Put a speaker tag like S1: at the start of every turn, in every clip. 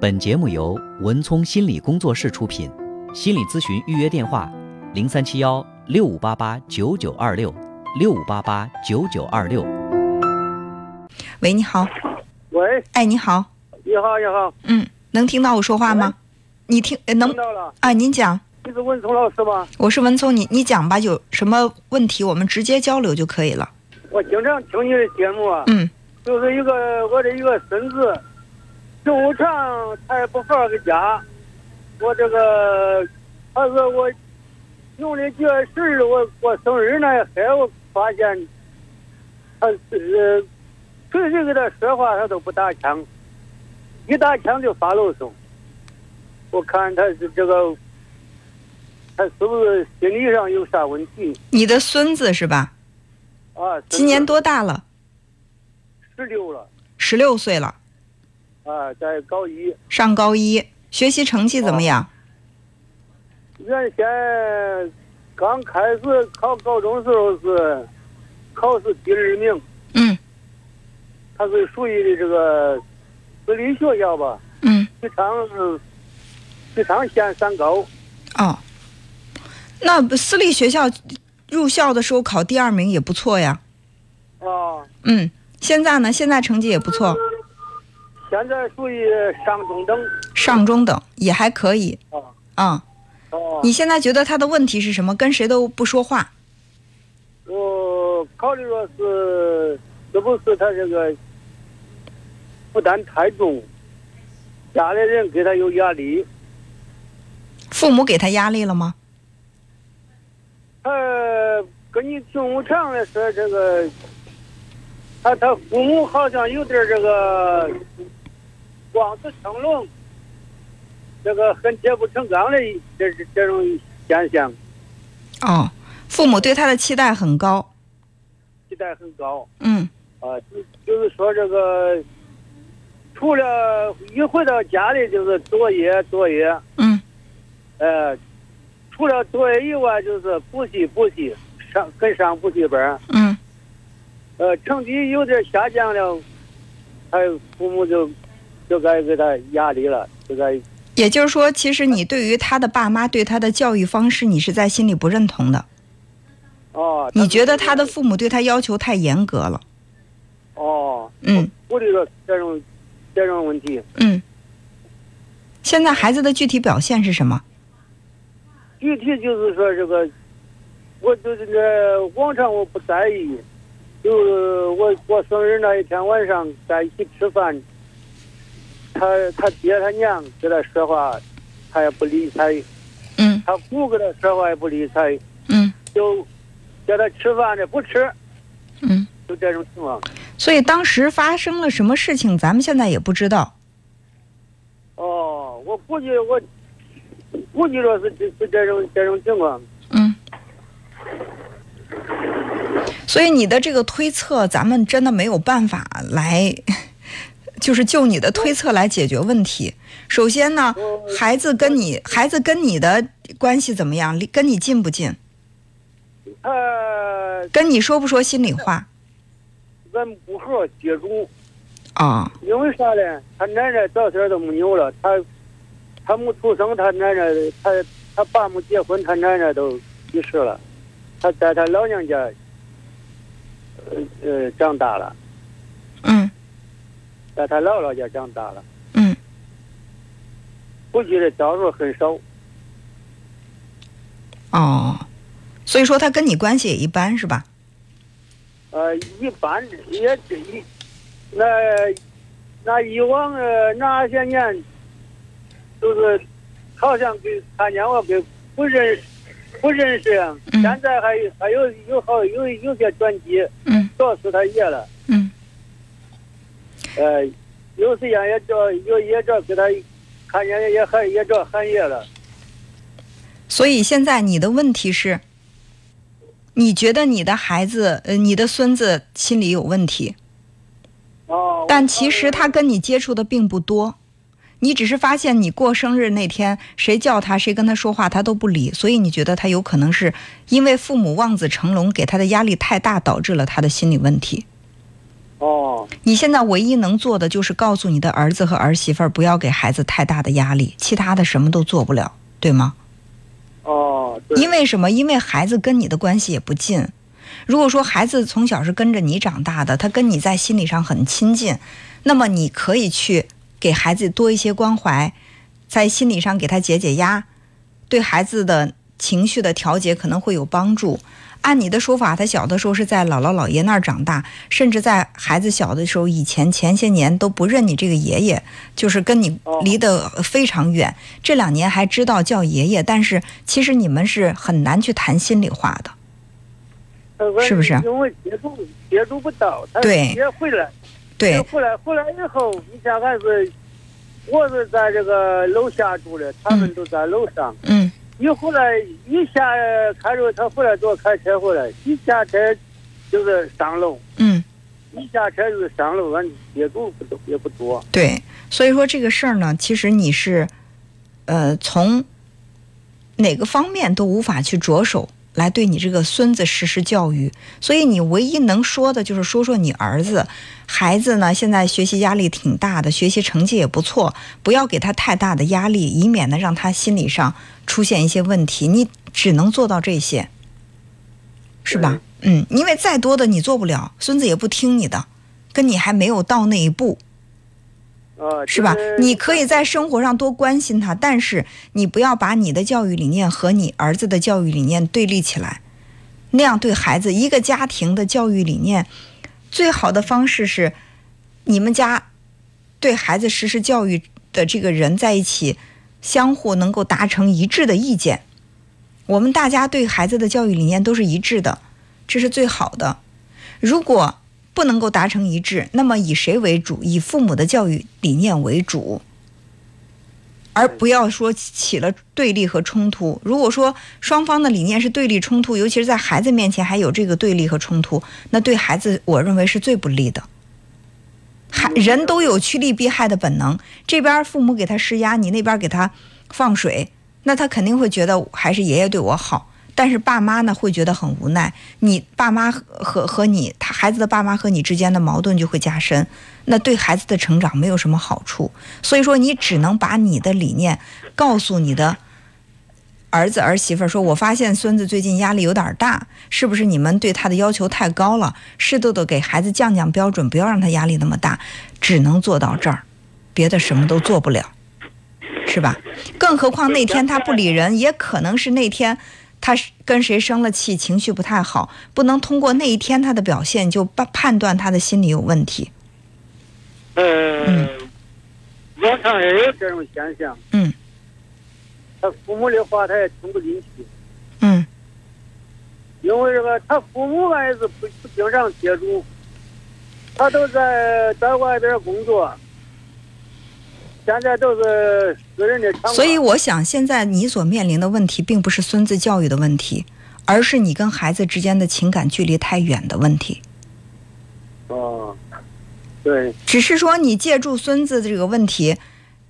S1: 本节目由文聪心理工作室出品，心理咨询预约电话：零三七幺六五八八九九二六六五八八九九二六。
S2: 喂，你好，
S3: 喂，
S2: 哎，你好，
S3: 你好，你好，
S2: 嗯，啊能听到我说话吗？你听，呃能
S3: 听到了，
S2: 啊？您讲，
S3: 你是文聪老师吗？
S2: 我是文聪，你你讲吧，有什么问题我们直接交流就可以了。
S3: 我经常听你的节目啊，
S2: 嗯，
S3: 就是一个我的一个孙子，经常他也不放个假，我这个他说我农历九月十日我过生日那一天，我发现他呃，谁谁跟他说话他都不打枪，一打枪就发牢骚。我看他是这个，他是不是心理上有啥问题
S2: 你的孙子是吧？
S3: 啊？
S2: 今年多大了？
S3: 十六了。
S2: 十六岁了，
S3: 啊，在高一，
S2: 上高一，学习成绩怎么样？
S3: 原先刚开始考高中时候是考试第二名，
S2: 嗯
S3: 他是属于这个私立学校吧，
S2: 嗯，
S3: 许昌是许昌县三高，
S2: 哦，那私立学校入校的时候考第二名也不错呀。
S3: 啊，
S2: 嗯，现在呢？现在成绩也不错，
S3: 现在属于上中等，
S2: 上中等也还可以
S3: 啊
S2: 啊、
S3: 啊，
S2: 你现在觉得他的问题是什么？跟谁都不说话。
S3: 我考虑说是是不是他这个负担太重，家里人给他有压力，
S2: 父母给他压力了吗？
S3: 他呃跟你听无常的说这个，他他父母好像有点这个望子成龙，这个恨铁不成钢的这这这种现象，
S2: 哦，父母对他的期待很高。
S3: 期待很高
S2: 嗯
S3: 啊、就就是说这个，除了一回到家里就是作业作业，
S2: 嗯，
S3: 呃，除了作业以外就是补习补习，上跟上补习班儿。
S2: 嗯，
S3: 呃，成绩有点下降了，他父母就就该给他压力了，就该
S2: 也就是说，其实你对于他的爸妈对他的教育方式，你是在心里不认同的。
S3: 哦。
S2: 你觉得他的父母对他要求太严格了？
S3: 哦，
S2: 嗯
S3: 我这个这种这种问题，
S2: 嗯。现在孩子的具体表现是什么？
S3: 具体就是说这个，我就是这往常我不在意，就是我过生日那一天晚上在一起吃饭，他他爹他娘跟他说话，他也不理睬，
S2: 嗯
S3: 他姑跟他说话也不理睬，
S2: 嗯
S3: 就叫他吃饭的不吃，
S2: 嗯。
S3: 就这种情况。
S2: 所以当时发生了什么事情，咱们现在也不知道。
S3: 哦，我估计我估计说是这是这种这种情况。
S2: 嗯。所以你的这个推测，咱们真的没有办法来， 就是就你的推测来解决问题。首先呢，
S3: 我
S2: 孩子跟你孩子跟你的关系怎么样？离跟你近不近？
S3: 他
S2: 跟你说不说心里话
S3: 咱不好接触，
S2: 啊、
S3: 因为啥呢？他奶奶早点都没有了，他他没出生，他奶奶他他爸没结婚，他奶奶都去世了，他在他老娘家呃呃长大了，
S2: 嗯
S3: 在他姥姥家长大了，
S2: 嗯，
S3: 估计的招数很少。
S2: 哦，所以说他跟你关系也一般是吧？
S3: 呃，一般也这一，那那以往呃那些年，就是好像给看见我给不认识不认识啊，
S2: 嗯
S3: 现在还还有有好有有些转机，
S2: 嗯
S3: 告诉他爷了，
S2: 嗯
S3: 呃，有时间也叫有也叫给他看见也喊也叫喊爷了，
S2: 所以现在你的问题是，你觉得你的孩子呃你的孙子心理有问题？
S3: 哦，
S2: 但其实他跟你接触的并不多，你只是发现你过生日那天，谁叫他，谁跟他说话，他都不理，所以你觉得他有可能是因为父母望子成龙给他的压力太大，导致了他的心理问题。
S3: 哦哦，
S2: 你现在唯一能做的就是告诉你的儿子和儿媳妇儿不要给孩子太大的压力，其他的什么都做不了，对吗？
S3: 哦，对，
S2: 因为什么？因为孩子跟你的关系也不近。如果说孩子从小是跟着你长大的，他跟你在心理上很亲近，那么你可以去给孩子多一些关怀，在心理上给他解解压，对孩子的情绪的调节可能会有帮助。按你的说法，他小的时候是在姥姥姥爷那儿长大，甚至在孩子小的时候，以前前些年都不认你这个爷爷，就是跟你
S3: 哦
S2: 离得非常远。这两年还知道叫爷爷，但是其实你们是很难去谈心里话的。
S3: 他说
S2: 是不是
S3: 因为接触接触不到，他
S2: 对
S3: 也回来，
S2: 对，
S3: 回来回来以后，你像俺是，我是在这个楼下住的，他们都在楼上。
S2: 嗯
S3: 一回来一下开着他回来给我开车回来，一下车就是上楼，
S2: 嗯，
S3: 一下车就是上楼，俺接触不多也不多。
S2: 对。所以说这个事儿呢，其实你是，呃，从哪个方面都无法去着手来对你这个孙子实施教育。所以你唯一能说的就是说说你儿子，孩子呢现在学习压力挺大的，学习成绩也不错，不要给他太大的压力，以免呢让他心理上出现一些问题。你只能做到这些，是吧？嗯，因为再多的你做不了，孙子也不听你的，跟你还没有到那一步。
S3: 啊，
S2: 是吧
S3: 就？
S2: 你可以在生活上多关心他，但是你不要把你的教育理念和你儿子的教育理念对立起来，那样对孩子一个家庭的教育理念，最好的方式是，你们家对孩子实施教育的这个人在一起，相互能够达成一致的意见。我们大家对孩子的教育理念都是一致的，这是最好的。如果不能够达成一致，那么以谁为主？以父母的教育理念为主，而不要说起了对立和冲突。如果说双方的理念是对立冲突，尤其是在孩子面前还有这个对立和冲突，那对孩子我认为是最不利的。还人都有趋利避害的本能，这边父母给他施压，你那边给他放水，那他肯定会觉得还是爷爷对我好。但是爸妈呢会觉得很无奈，你爸妈和和和你他孩子的爸妈和你之间的矛盾就会加深，那对孩子的成长没有什么好处。所以说，你只能把你的理念告诉你的儿子儿媳妇儿，说我发现孙子最近压力有点儿大，是不是你们对他的要求太高了？适度的给孩子降降标准，不要让他压力那么大，只能做到这儿，别的什么都做不了，是吧？更何况那天他不理人，也可能是那天。他是跟谁生了气，情绪不太好，不能通过那一天他的表现就判判断他的心理有问题。
S3: 呃，网上也有这种现象。
S2: 嗯。
S3: 他父母的话他也听不进去，
S2: 嗯
S3: 因为这个他父母还是不不经常接触，他都在在外边工作，现在都是私人的 厂。
S2: 所以，我想，现在你所面临的问题，并不是孙子教育的问题，而是你跟孩子之间的情感距离太远的问题。
S3: 哦，对，
S2: 只是说你借助孙子这个问题，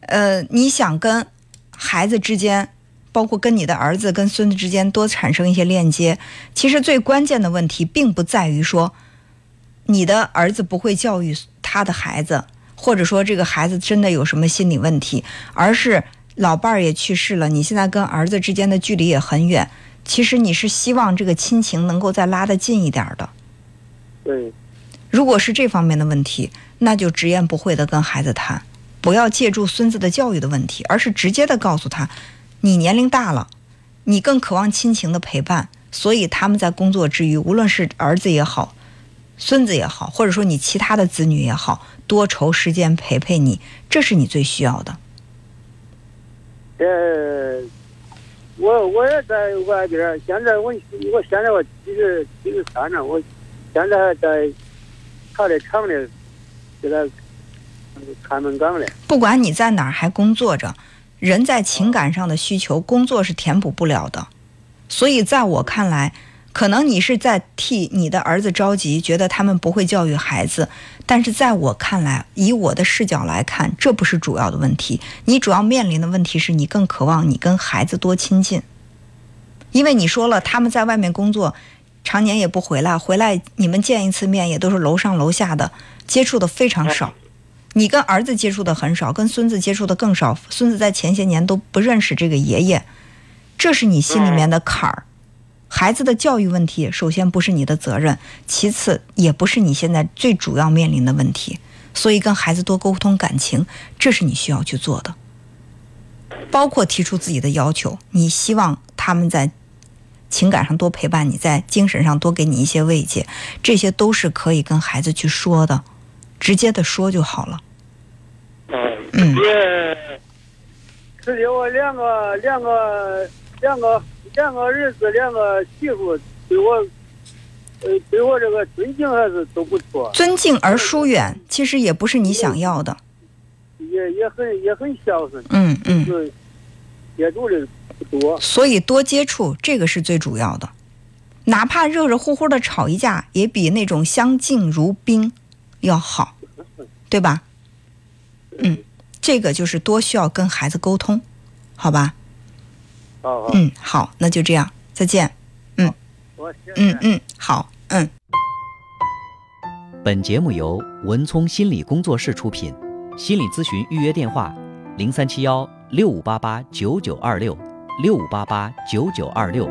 S2: 呃，你想跟孩子之间，包括跟你的儿子、跟孙子之间多产生一些链接。其实最关键的问题，并不在于说你的儿子不会教育他的孩子，或者说这个孩子真的有什么心理问题，而是老伴儿也去世了，你现在跟儿子之间的距离也很远。其实你是希望这个亲情能够再拉得近一点儿的。
S3: 对，
S2: 如果是这方面的问题，那就直言不讳的跟孩子谈，不要借助孙子的教育的问题，而是直接的告诉他，你年龄大了，你更渴望亲情的陪伴，所以他们在工作之余，无论是儿子也好，孙子也好，或者说你其他的子女也好，多抽时间陪陪你，这是你最需要的。
S3: 呃，我我也在外边儿，现在我我现在我七十七十三了，我现在还在他的厂里给他嗯看门岗嘞。
S2: 不管你在哪儿还工作着，人在情感上的需求，工作是填补不了的。所以在我看来，可能你是在替你的儿子着急，觉得他们不会教育孩子，但是在我看来，以我的视角来看，这不是主要的问题。你主要面临的问题是你更渴望你跟孩子多亲近，因为你说了他们在外面工作。常年也不回来，回来你们见一次面也都是楼上楼下的，接触的非常少。嗯你跟儿子接触的很少，跟孙子接触的更少。孙子在前些年都不认识这个爷爷，这是你心里面的坎儿。孩子的教育问题，首先不是你的责任，其次也不是你现在最主要面临的问题。所以跟孩子多沟通感情，这是你需要去做的，包括提出自己的要求。你希望他们在情感上多陪伴你，在精神上多给你一些慰藉，这些都是可以跟孩子去说的，直接的说就好了。嗯
S3: 也自己我两个两个两个两个儿子两个媳妇对我，呃，对我这个尊敬还是都不错，
S2: 尊敬而疏远，其实也不是你想要的。
S3: 也也很也很孝顺，
S2: 嗯嗯，
S3: 是接触的不多。
S2: 所以多接触这个是最主要的，哪怕热热乎乎的吵一架，也比那种相敬如宾要好，对吧？嗯，这个就是多需要跟孩子沟通，好吧？
S3: 好好，
S2: 嗯，好，那就这样，再见。
S3: 我现在
S2: 嗯嗯，好，嗯。
S1: 本节目由文聪心理工作室出品，心理咨询预约电话：零三七幺六五八八九九二六六五八八九九二六。